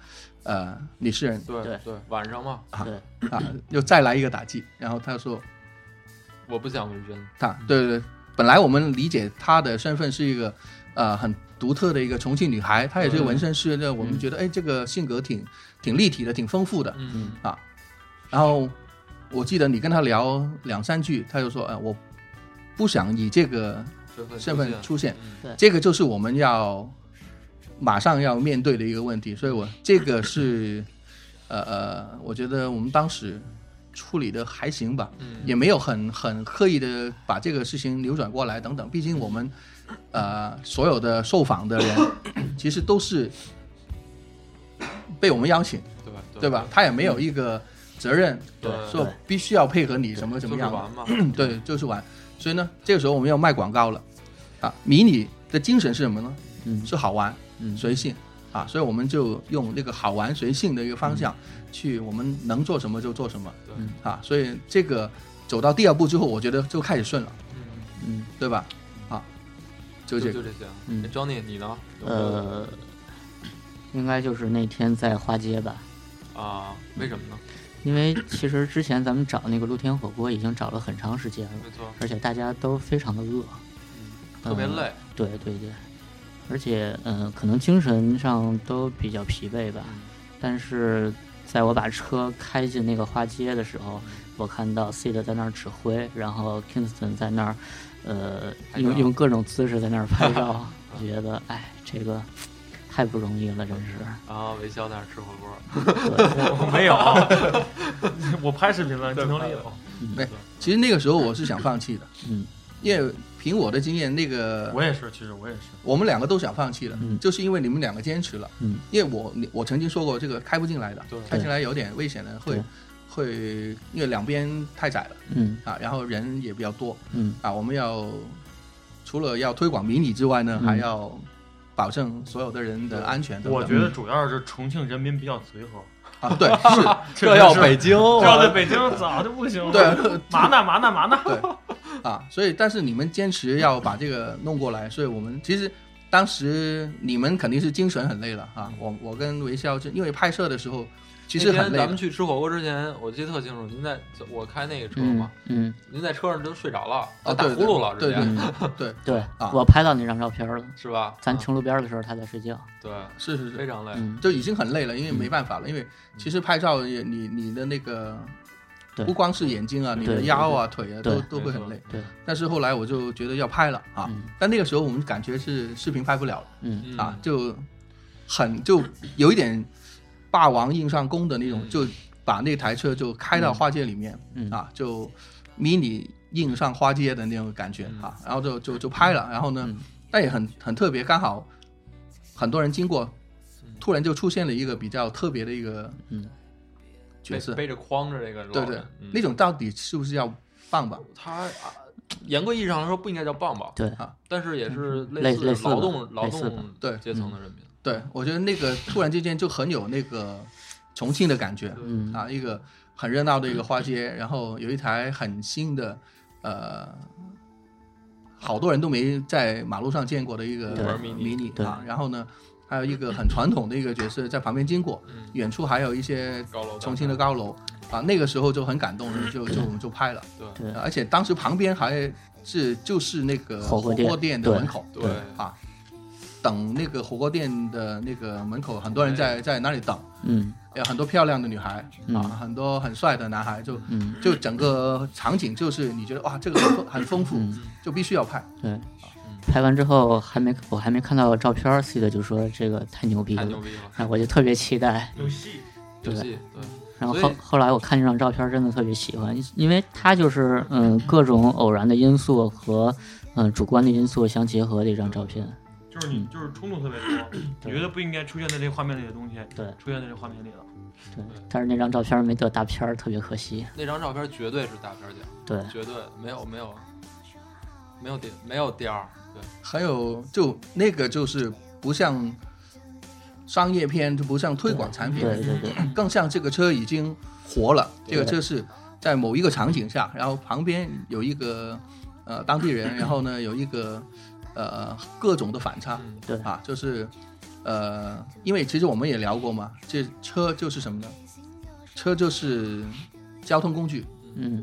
呃李诗人对对对，晚上嘛，对，啊，又再来一个打击。然后他说我不想纹身，他对对对，本来我们理解他的身份是一个呃很独特的一个重庆女孩，她也是个纹身师，那我们觉得哎这个性格挺挺立体的，挺丰富的。嗯啊，然后我记得你跟他聊两三句，他就说：“呃，我不想以这个身份身份出现，嗯对这个就是我们要马上要面对的一个问题。”所以我，这个是 呃呃，我觉得我们当时处理的还行吧，嗯也没有很很刻意的把这个事情扭转过来等等。毕竟我们呃所有的受访的人其实都是被我们邀请。对吧对吧？？他也没有一个责任对，说必须要配合你什么怎嗯就么是样玩嘛， 的，嗯对，就是玩。所以呢，这个时候我们要卖广告了，啊，迷你的精神是什么呢？嗯是好玩、嗯，随性啊，所以我们就用那个好玩随性的一个方向去，我们能做什么就做什么嗯对，嗯啊。所以这个走到第二步之后，我觉得就开始顺了，嗯，嗯对吧？啊，就就这就个，这些。嗯哎，Johnny，你呢？有没有呃，应该就是那天在花街吧，啊，为什么呢？因为其实之前咱们找那个露天火锅已经找了很长时间嗯了，没错，而且大家都非常的饿，特别嗯累，对对对，而且嗯、呃可能精神上都比较疲惫吧。但是在我把车开进那个花街的时候，我看到 Sid 在那儿指挥，然后 Kingston 在那儿，呃，拍照用用各种姿势在那儿拍 照，我觉得哎，这个太不容易了，真 是。然后维肖在那儿吃火锅， 我没有， 我拍视频了，镜头里有。其实那个时候我是想放弃的，嗯，因为凭我的经验，那个 我也是，其实我也是，我们两个都想放弃了，嗯就是因为你们两个坚持了。嗯，因为我你我曾经说过，这个开不进来的对，开进来有点危险的，会对会因为两边太窄了嗯啊，然后人也比较多嗯啊，我们要除了要推广迷你之外呢，嗯还要保证所有的人的安全等等。我觉得主要是重庆人民比较随和，啊， 对，是，这要是北京，这要在我北京早就不行了。对， 嘛呢嘛呢嘛呢？啊，所以但是你们坚持要把这个弄过来，所以我们其实当时你们肯定是精神很累了啊。我我跟韦骁就因为拍摄的时候其实那很天累咱们的，去吃火锅之前，我记得特清楚，您在我开那个车嗯嘛，嗯，您在车上都睡着了，都啊打对呼噜了，对直接对嗯对， 对啊，我拍到那张照片了。是吧？咱啊城路边儿的时候，他在睡觉。对，是是非是，常累，嗯，就已经很累了，因为没办法了，因为其实拍照也你你的那个。对不光是眼睛啊，你对的对腰啊、腿啊，都对都会很累。对，但是后来我就觉得要拍了啊，嗯但那个时候我们感觉是视频拍不了了。嗯嗯啊，就很就有一点霸王硬上弓的那种，嗯就把那台车就开到花街里面、嗯啊，就迷你硬上花街的那种感觉、嗯啊，然后就就就拍了，然后呢，嗯但也很很特别，刚好很多人经过，突然就出现了一个比较特别的一个嗯角色，背背着筐着这个老对人，对，嗯那种到底是不是叫棒棒？他啊严格意义上来说不应该叫棒棒，对，但是也是类似类似吧劳动劳类似嗯吧动啊对阶层的人民，对我觉得那个突然之间就很有那个重庆的感觉，嗯啊，一个很热闹的一个花街，然后有一台很新的，呃，好多人都没在马路上见过的一个对玩迷迷你对啊，然后呢，还有一个很传统的一个角色在旁边经过，嗯，远处还有一些高楼大厦重庆的高楼啊，那个时候就很感动，就就就拍了，对对而且当时旁边还是就是那个火火锅锅店店的对门口，对对啊，等那个火锅店的那个门口，很多人在在那里等。嗯有很多漂亮的女孩啊，嗯很多很帅的男孩，就嗯，就整个场景就是你觉得哇，这个很丰很丰富嗯，就必须要拍。啊对。嗯拍完之后还没我还没看到照片儿，C 的就说这个太牛逼太牛了，逼了，然后我就特别期待。有戏，游对戏对。然后所以后后来我看这张照片儿真的特别喜欢，因为它就是嗯各种偶然的因素和嗯主观的因素相结合的一张照片。就是你就是冲动特别多，你觉得不应该出现在这个画面里的东西，对出现在这画面里了。对，但是那张照片儿没得大片儿，特别可惜。那张照片绝对是大片奖，对，绝对没有没有没有第没有第二。对，还有就那个就是不像商业片，就不像推广产品，对对对，更像这个车已经活了。对这个车是在某一个场景下，然后旁边有一个呃当地人，然后呢有一个呃各种的反差。嗯对啊，就是呃，因为其实我们也聊过嘛，这车就是什么呢？车就是交通工具。嗯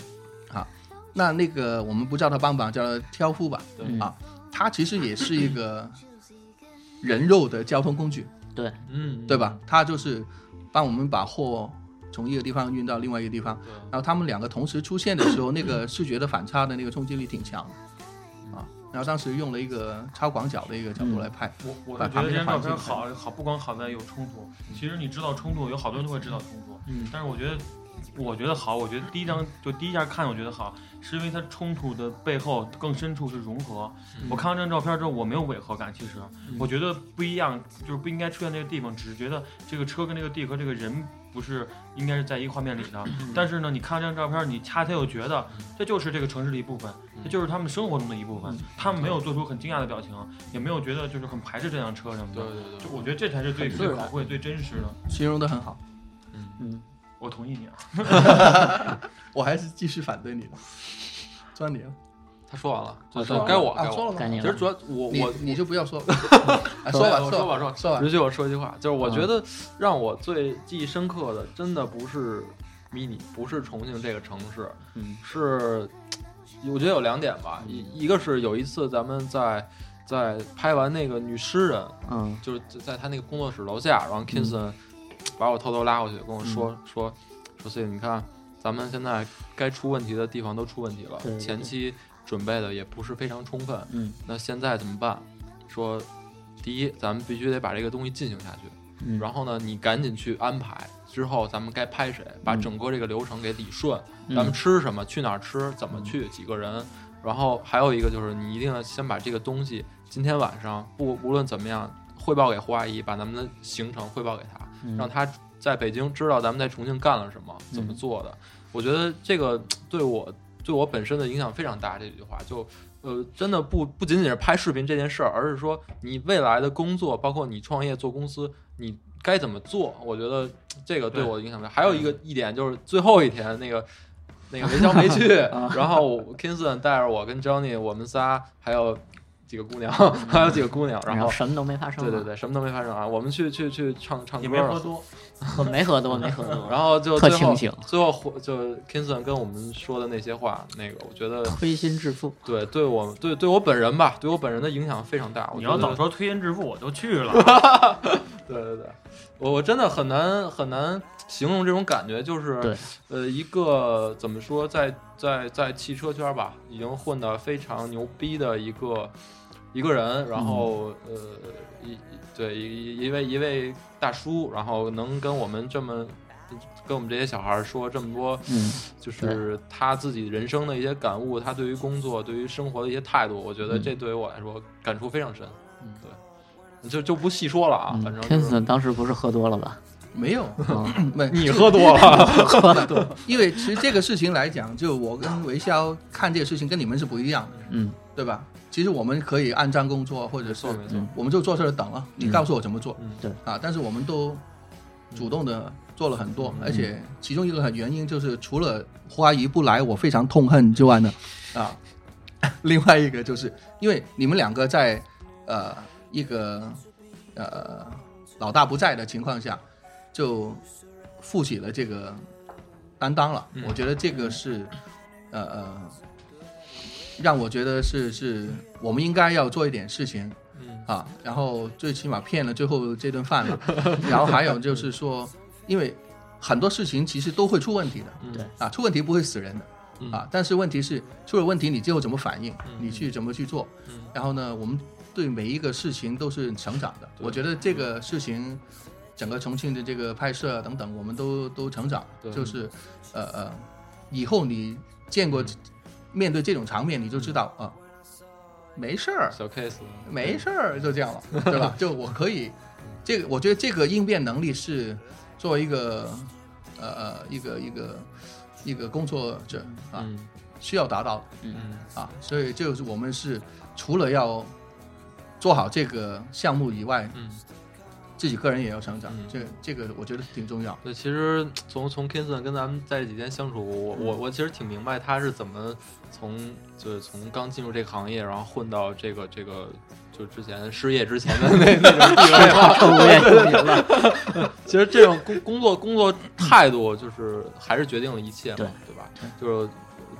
那那个我们不叫它帮帮，叫它挑夫吧。对嗯啊它其实也是一个人肉的交通工具，对嗯，对吧？它就是帮我们把货从一个地方运到另外一个地方。对？然后他们两个同时出现的时候，那个视觉的反差的那个冲击力挺强的啊。然后当时用了一个超广角的一个角度来拍，我我把是觉旁得这边张的照环境片好好，不光好在有冲突，其实你知道冲突，有好多人都会知道冲突，嗯但是我觉得。我觉得好，我觉得第一张就第一下看，我觉得好，是因为它冲突的背后更深处是融合。嗯我看完这张照片之后，我没有违和感，其实嗯我觉得不一样，就是不应该出现这个地方，只是觉得这个车跟这个地和这个人不是应该是在一个画面里的。嗯但是呢，你看这张照片，你恰恰又觉得这就是这个城市的一部分，嗯这就是他们生活中的一部分。他们没有做出很惊讶的表情，也没有觉得就是很排斥这辆车什么对的。对对，就我觉得这才是最很自最然可贵、最真实的。形容的很好。嗯我同意你啊，我还是继续反对你的，算你了。他说完了，我这这该我该啊说我。了吗该你其了实主要我你我你就不要说了，哎说说我吧说说吧吧说吧。说吧允，许我说一句话，就是我觉得让我最记忆深刻的，真的不是 mini，不是重庆这个城市，嗯是我觉得有两点吧，一一个是有一次咱们在在拍完那个女诗人，嗯就是在他那个工作室楼下，然后 Kinson 把我偷偷拉过去，跟我说、嗯说说 C，你看咱们现在该出问题的地方都出问题了，对对对前期准备的也不是非常充分，嗯那现在怎么办？说第一，咱们必须得把这个东西进行下去，嗯，然后呢，你赶紧去安排。之后咱们该拍谁，把嗯整个这个流程给理顺。嗯咱们吃什么，去哪儿吃，怎么去，几个人。然后还有一个就是，你一定要先把这个东西，今天晚上不无论怎么样汇报给胡阿姨，把咱们的行程汇报给她，嗯让她在北京知道咱们在重庆干了什么，怎么做的。我觉得这个对我对我本身的影响非常大。这句话就呃，真的不不仅仅是拍视频这件事儿，而是说你未来的工作，包括你创业做公司，你该怎么做？我觉得这个对对我影响大。还有一嗯个一点就是最后一天那个。那个韦潇没 去，啊然后我 Kinson 带着我跟 Johnny，我们仨还有几个姑娘， 还有几个姑娘，然然后后哎什么都没发生。对对，对，什么都没发生啊！我们去去去唱唱也歌没喝了，多，我没 喝多，没喝嗯多。嗯然后就特最后清醒最后回就 Kinson 跟我们说的那些话，那个我觉得推心置腹，对对我对对我本人吧，对我本人的影响非常大。我你觉要得早说推心置腹，我就去了。对对对，我我真的很难很难形容这种感觉，就是对呃一个怎么说，在在在汽车圈吧，已经混得非常牛逼的一个一个人，嗯然后、呃一一对一一位一位大叔，然后能跟我们这么。跟我们这些小孩儿说这么多，嗯，就是他自己人生的一些感悟，他对于工作、对于生活的一些态度，我觉得嗯这对于我来说感触非常深。嗯对，就就不细说了啊，嗯反正就是 Kinson 当时不是喝多了 吧？没有，嗯没 你喝多了，因为其实这个事情来讲，就我跟维潇看这个事情跟你们是不一样的， 嗯，对吧？其实我们可以按章工作，或者没是错没错，我们就坐这儿等了，你告诉我怎么做嗯对啊！但是我们都主动的做了很多，而嗯且其中一个原因就是除了花姨不来我非常痛恨之外呢，啊， 另外一个就是因为你们两个在呃一个呃老大不在的情况下，就负起了这个担当了。嗯我觉得这个是呃呃，让我觉得是是我们应该要做一点事情。嗯啊，然后最起码骗了最后这顿饭了，然后还有就是说，因为很多事情其实都会出问题的嗯对啊，出问题不会死人的嗯啊，但是问题是出了问题你最后怎么反应，嗯你去怎么去做，嗯然后呢，我们对每一个事情都是成长的，对我觉得这个事情。整个重庆的这个拍摄等等，我们都都成长对，就是，呃呃，以后你见嗯过面对这种场面，你就知道啊，没事儿，小 case 没事儿，就这样了，对吧？就我可以，这个我觉得这个应变能力是作为一个呃呃一个一个一个工作者啊嗯需要达到嗯的啊，所以就是我们是除了要做好这个项目以外，嗯，自己个人也要成长嗯，这这个我觉得挺重要。对，其实从从 Kinson 跟咱们在这几天相处，我我嗯我其实挺明白他是怎么从就是从刚进入这个行业，然后混到这个这个就之前失业之前的那那种地位了。无业游民了。其实这种工工作工作态度，就是还是决定了一切嘛，对对吧？就是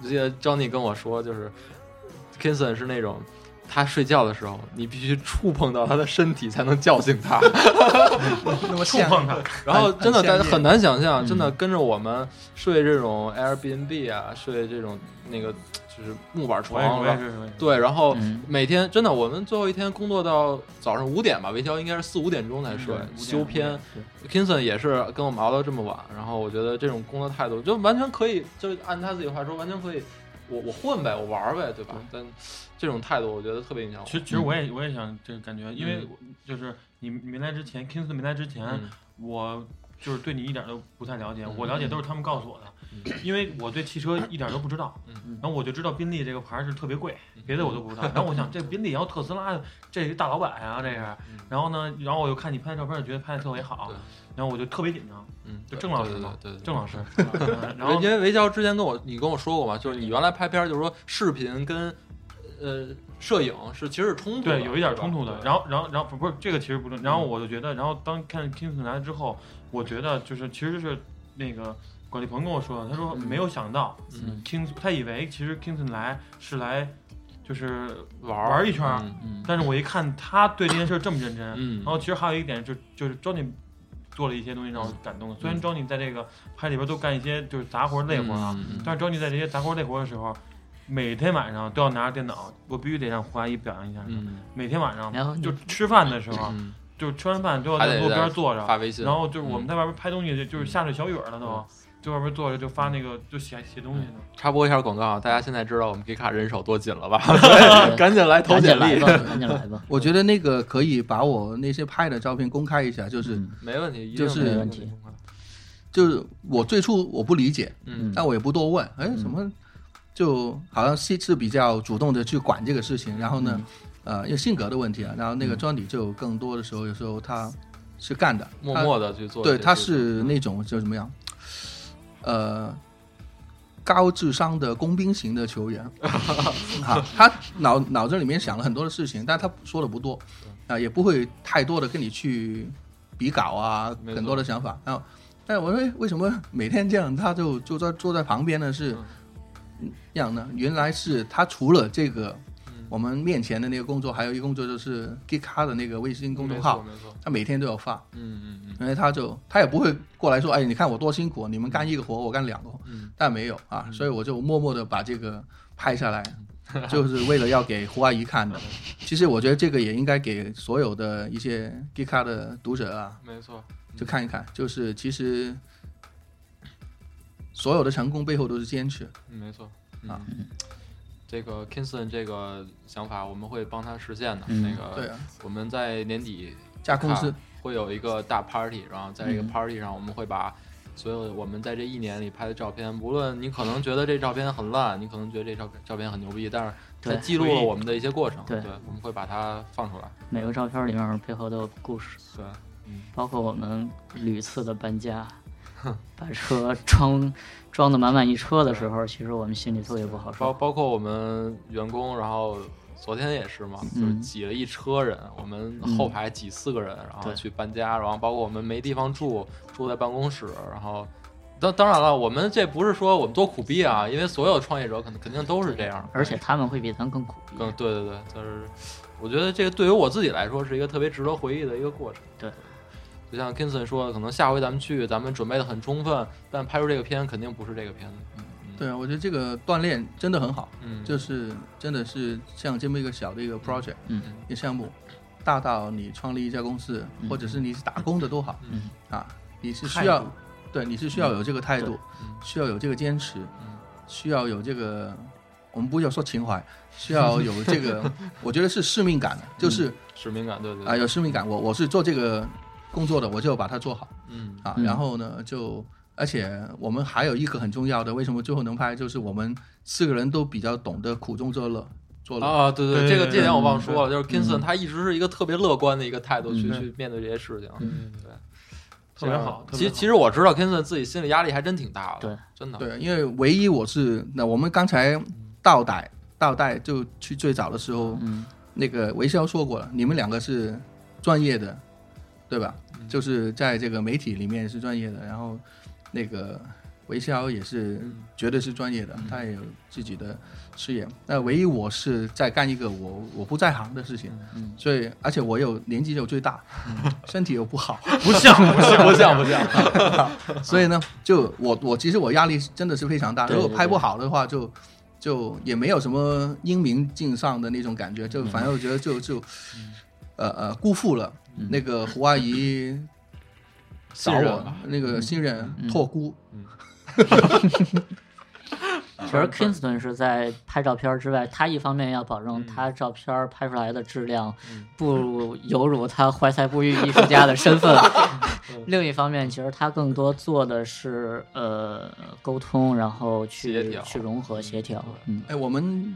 我记得 Johnny 跟我说，就是 Kinson 是那种。他睡觉的时候，你必须触碰到他的身体才能叫醒他。那么触现 碰它，然后很真的很大羡家慕很难想象，嗯真的跟着我们睡这种 Airbnb 啊，睡这种那个就是木板我也床，我也然后是，我也是对，然后嗯每天真的，我们最后一天工作到早上五点吧，维肖应该是四五点钟才睡嗯，对修五点片五。点 Kinson 也是跟我们熬到这么晚，然后我觉得这种工作态度就完全可以，就按他自己话说，完全可以，我我混呗，我玩儿呗，对吧？但这种态度我觉得特别影响我。其实，其实我也我也想这个感觉，因为我就是你你没来之前，Kingston 没来之前，嗯我就是对你一点都不太了解，嗯我了解都是他们告诉我的，因为我对汽车一点都不知道嗯。然后我就知道宾利这个牌是特别贵嗯，别的我都不知道。然后我想这宾利，然后特斯拉，这是大老板呀、这是。嗯然后呢，然后我又看你拍的照片，觉得拍的特别好对，然后我就特别紧张。嗯，就郑老师对嘛对对对，郑 老师，嗯然后因为维肖之前跟我你跟我说过嘛，就是你原来拍片儿就是说视频跟呃摄影是其实是嗯冲突的，对，有一点冲突的。然后后，然后，然后不不是这个其实不重要。然后我就觉得，然后当看 Kingston 来了之后，我觉得就是其实是那个管理鹏跟我说的，他说没有想到嗯 King，他以为其实 Kingston 来是来就是，玩玩一圈儿嗯嗯但是我一看他对这件事儿这么认真，嗯，然后其实还有一点就就是 Johnny 做了一些东西让我嗯感动的。虽然 Johnny 在这个拍里边都干一些就是杂活累活啊，嗯，嗯嗯但是 Johnny 在这些杂活累活的时候，每天晚上都要拿着电脑，我必须得让胡阿姨表扬一下他。嗯每天晚上然后你就吃饭的时候，嗯就吃完饭都要还在得路边在坐着，发微信，然后就是我们在外边拍东西，就就是下着小雨儿了都嗯，就外边坐着就发那个就写写东西呢。插播一下广告，啊大家现在知道我们皮卡人手多紧了吧？ 对哎赶紧来投嗯赶简紧来历吧，， 赶紧来吧。我觉得那个可以把我那些拍的照片公开一下，就是嗯没问题，一定就是没没问问题题。就是我最初我不理解，嗯但我也不多问，哎，什么就好像西是比较主动的去管这个事情，然后嗯呢，呃，因为性格的问题啊，然后那个庄理就更多的时候，有时候他是干的，默他默的去做这嗯对，些事情。他是那种就怎么样，呃，高智商的工兵型的 球员，啊，他脑脑子里面想了很多的事情，但他说的不多，啊，也不会太多的跟你去比稿啊，没错很多的想法。然后，但我说哎为什么每天这样，他就就在坐在旁边呢？是嗯这样呢？原来是他除了这个。嗯我们面前的那个工作，还有一个工作就是 g i k a 的那个微信公众号，没错，没错，他每天都要发。嗯嗯嗯因为哎他就他也不会过来说，哎，你看我多辛苦，你们干一个活我干两个活，嗯但没有啊，所以我就默默的把这个拍下来，就是为了要给胡阿姨看的。其实我觉得这个也应该给所有的一些 g i k a 的读者啊，没错，就看一看，就是其实所有的成功背后都是坚持。嗯没错啊。嗯这个 Kingston 这个想法，我们会帮他实现的。嗯那对个，啊，我们在年底加公司会有一个大 party，然后在这个嗯 party 上，我们会把所有我们在这一年里拍的照片，无论你可能觉得这照片很烂，你可能觉得这照片照片很牛逼，但是它对记录了我们的一些过程。对我们会把它放出来。每个照片里面背后都有故事，对，包括我们屡次的搬家， 把车装装的满满一车的时候，其实我们心里特别不包好受。包括我们员工，然后昨天也是嘛，就是嗯挤了一车人，我们后排挤四个人，然后对去搬家，然后包括我们没地方住，住在办公室，然后。当当然了，我们这不是说我们多苦逼啊，因为所有创业者肯肯定都是这样，而且他们会比咱更苦逼。更对对对，就是我觉得这个对于我自己来说是一个特别值得回忆的一个过程。对，就像 Kinson 说的，可能下回咱们去，咱们准备的很充分，但拍出这个片肯定不是这个片子。对啊，我觉得这个锻炼真的很好，嗯，就是真的是像这么一个小的一个 project。嗯一个项目，大到你创立一家公司，嗯或者是你是打工的都好，嗯啊，你是态需度要，对，你是需要有这个态对度，嗯需要有这个坚持，嗯需要有这个，我们不要说情怀，需要有这个，我觉得是使命感的，就是使命感，对对啊、有使命感，我我是做这个工作的，我就把它做好嗯啊，嗯然后呢就。而且我们还有一个很重要的，为什么最后能拍，就是我们四个人都比较懂得苦中作乐，作乐。啊，对对，这对对个对这点我忘对说了，就是 Kinson 嗯他一直是一个特别乐观的一个态度去嗯去面对这些事情。嗯对，啊特别好其特别实好其实我知道 Kinson 自己心理压力还真挺大的，对，真的。对，因为唯一我是那我们刚才倒带倒带就去最早的时候，嗯，那个维肖说过了，你们两个是专业的，对吧？嗯就是在这个媒体里面是专业的，然后那个维肖也是嗯绝对是专业的，他也有自己的事业。那唯一我是在干一个我我不在行的事情，嗯所以而且我有年纪又最大，身体又不好，嗯 不像不像不像不像，所以呢，就我我其实我压力真的是非常大，啊对如果拍不好的话就，就也没有什么英明尽上的那种感觉，就反正我觉得就就，呃呃辜负了嗯那个胡阿姨找信任我吧那个信任啊嗯托孤，啊其实 Kingston 是在拍照片之外，他一方面要保嗯证他照片拍出来的质量不有辱他怀才不遇艺术家的 身份，另一方面，其实他更多做的是呃沟通，然后协去调去融合协调。嗯，哎，我们。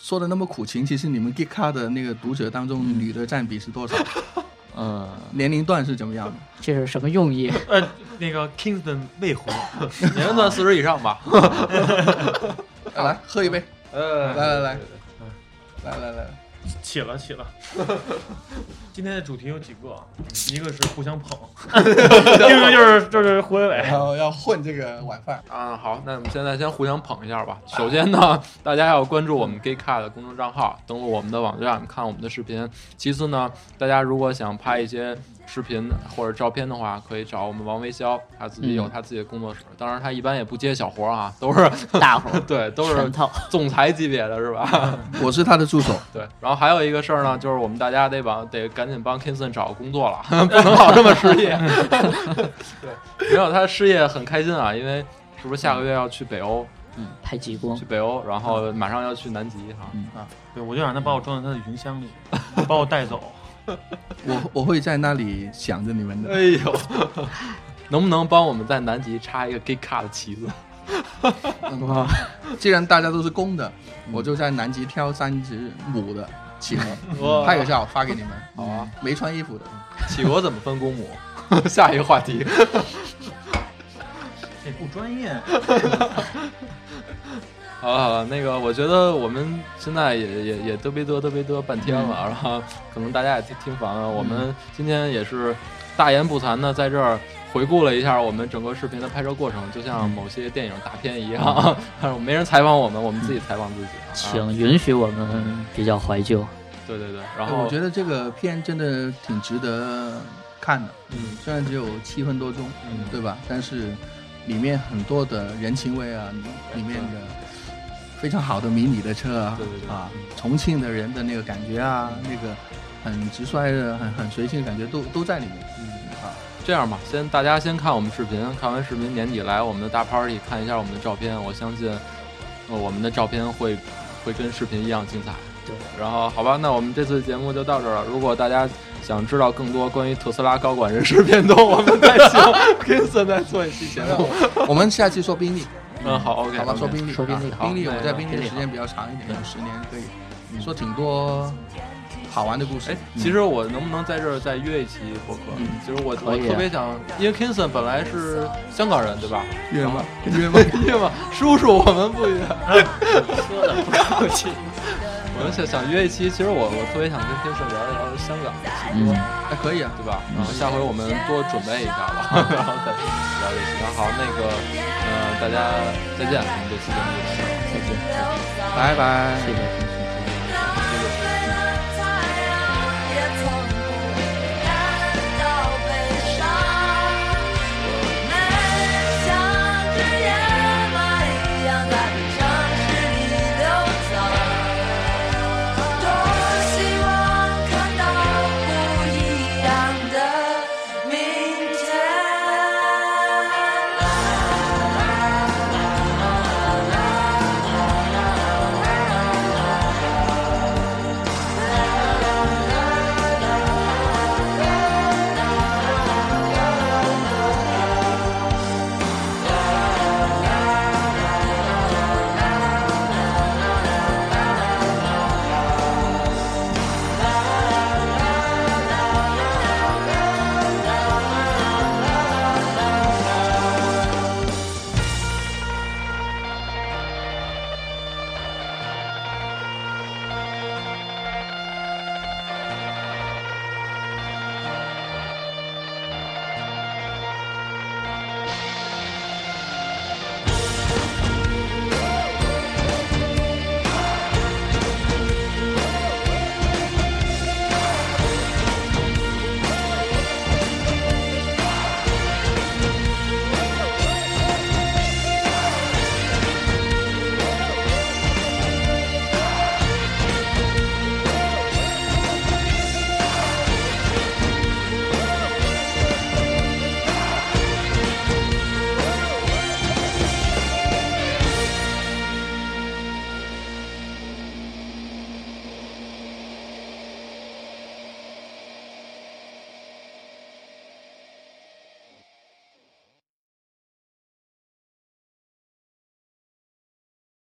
说的那么苦情，其实你们 g i k a 的那个读者当中，嗯女的占比是多少？呃，年龄段是怎么样的？这是什么用意？呃，那个 Kingston 未婚，年龄段四十以上吧。 哎来喝一杯，呃嗯来来来，来来来，起了起了。 今天的主题有几个啊？一个是互相 捧，一个就是就是胡伟伟。哎然后要混这个晚饭。啊，好，那我们现在先互相捧一下吧。首先呢， 大家要关注我们 GayCat 的公众账号，登录我们的网站看我们的视频。其次呢，大家如果想拍一些视频或者照片的话，可以找我们王维潇，他自己有嗯他自己的工作室。当然，他一般也不接小活儿啊， 都是大伙儿对，都是全套。总裁级别的是吧？嗯我是他的助手，对。然后还有一个事儿呢，就是我们大家得把得赶紧帮 Kinson 找个工作了，不能老这么失业。 对，没有他失业很开心啊，因为是不是下个月要去北欧？嗯，拍极光去。北欧，然嗯后马上要去南极哈。嗯对，我就让他把我装在他的云箱里，把我带走。哎我我会在那里想着你们的。哎呦， 能不能帮我们在南极插一个 g i k a 的 旗子？嗯既然大家都是公的，我就在南极挑三只母的企鹅，哇拍个照发给你们。好啊，没穿衣服的，企鹅怎么分公母？ 下一个话题，这不专业。好了好了，那个我觉得我们现在也也也嘚呗嘚嘚呗嘚半天了，嗯然后可能大家也听听烦了。我们今天也是大言不惭的在这儿回顾了一下我们整个视频的拍摄过程，就嗯像某些电影大片一样， 但是没人采访我们，我们自嗯己采访自己。啊请允许我们比较怀旧。对对对，然哎后我觉得这个片真的挺值得看的。嗯虽然只有七分多钟，嗯对吧？但是里面很多的人情味啊，里面的非常好的迷你的车啊，对对对啊，重庆的人的那个感觉啊，那个很直率的、很很随性的感觉都都在里面。嗯啊，这样吧，先大家先看我们视频，看完视频年底来我们的大 party 看一下我们的照片，我相信，呃，我们的照片会会跟视频一样精彩。对，然后好吧，那我们这次节目就到这儿了。如果大家想知道更多关于特斯拉高管人事变动，我们再请 Kinson 再做一期节目。 我们下期说宾利，嗯，好，OK，好吧？ OK 说宾利，说宾利啊好宾利，那我个在宾利的时间比较长一点，有十年可以说挺多好玩的故事哎。，其实我能不能在这儿再约一期播客？嗯其实我可我以啊特别想，因为 Kinson 本来是香港人，对吧？约嗯吗？约吗？ 对吗？叔叔，我们不约。嗯说的不客气。 我们想想约一期，其实我我特别想跟天顺聊一聊香港的情嗯况，， 哎，可以啊。对吧？然后下回我们多准备一下 吧，然后再聊这期。那好，那个，呃，大家再见，我们这期节目就到这儿。再见，拜拜。谢谢。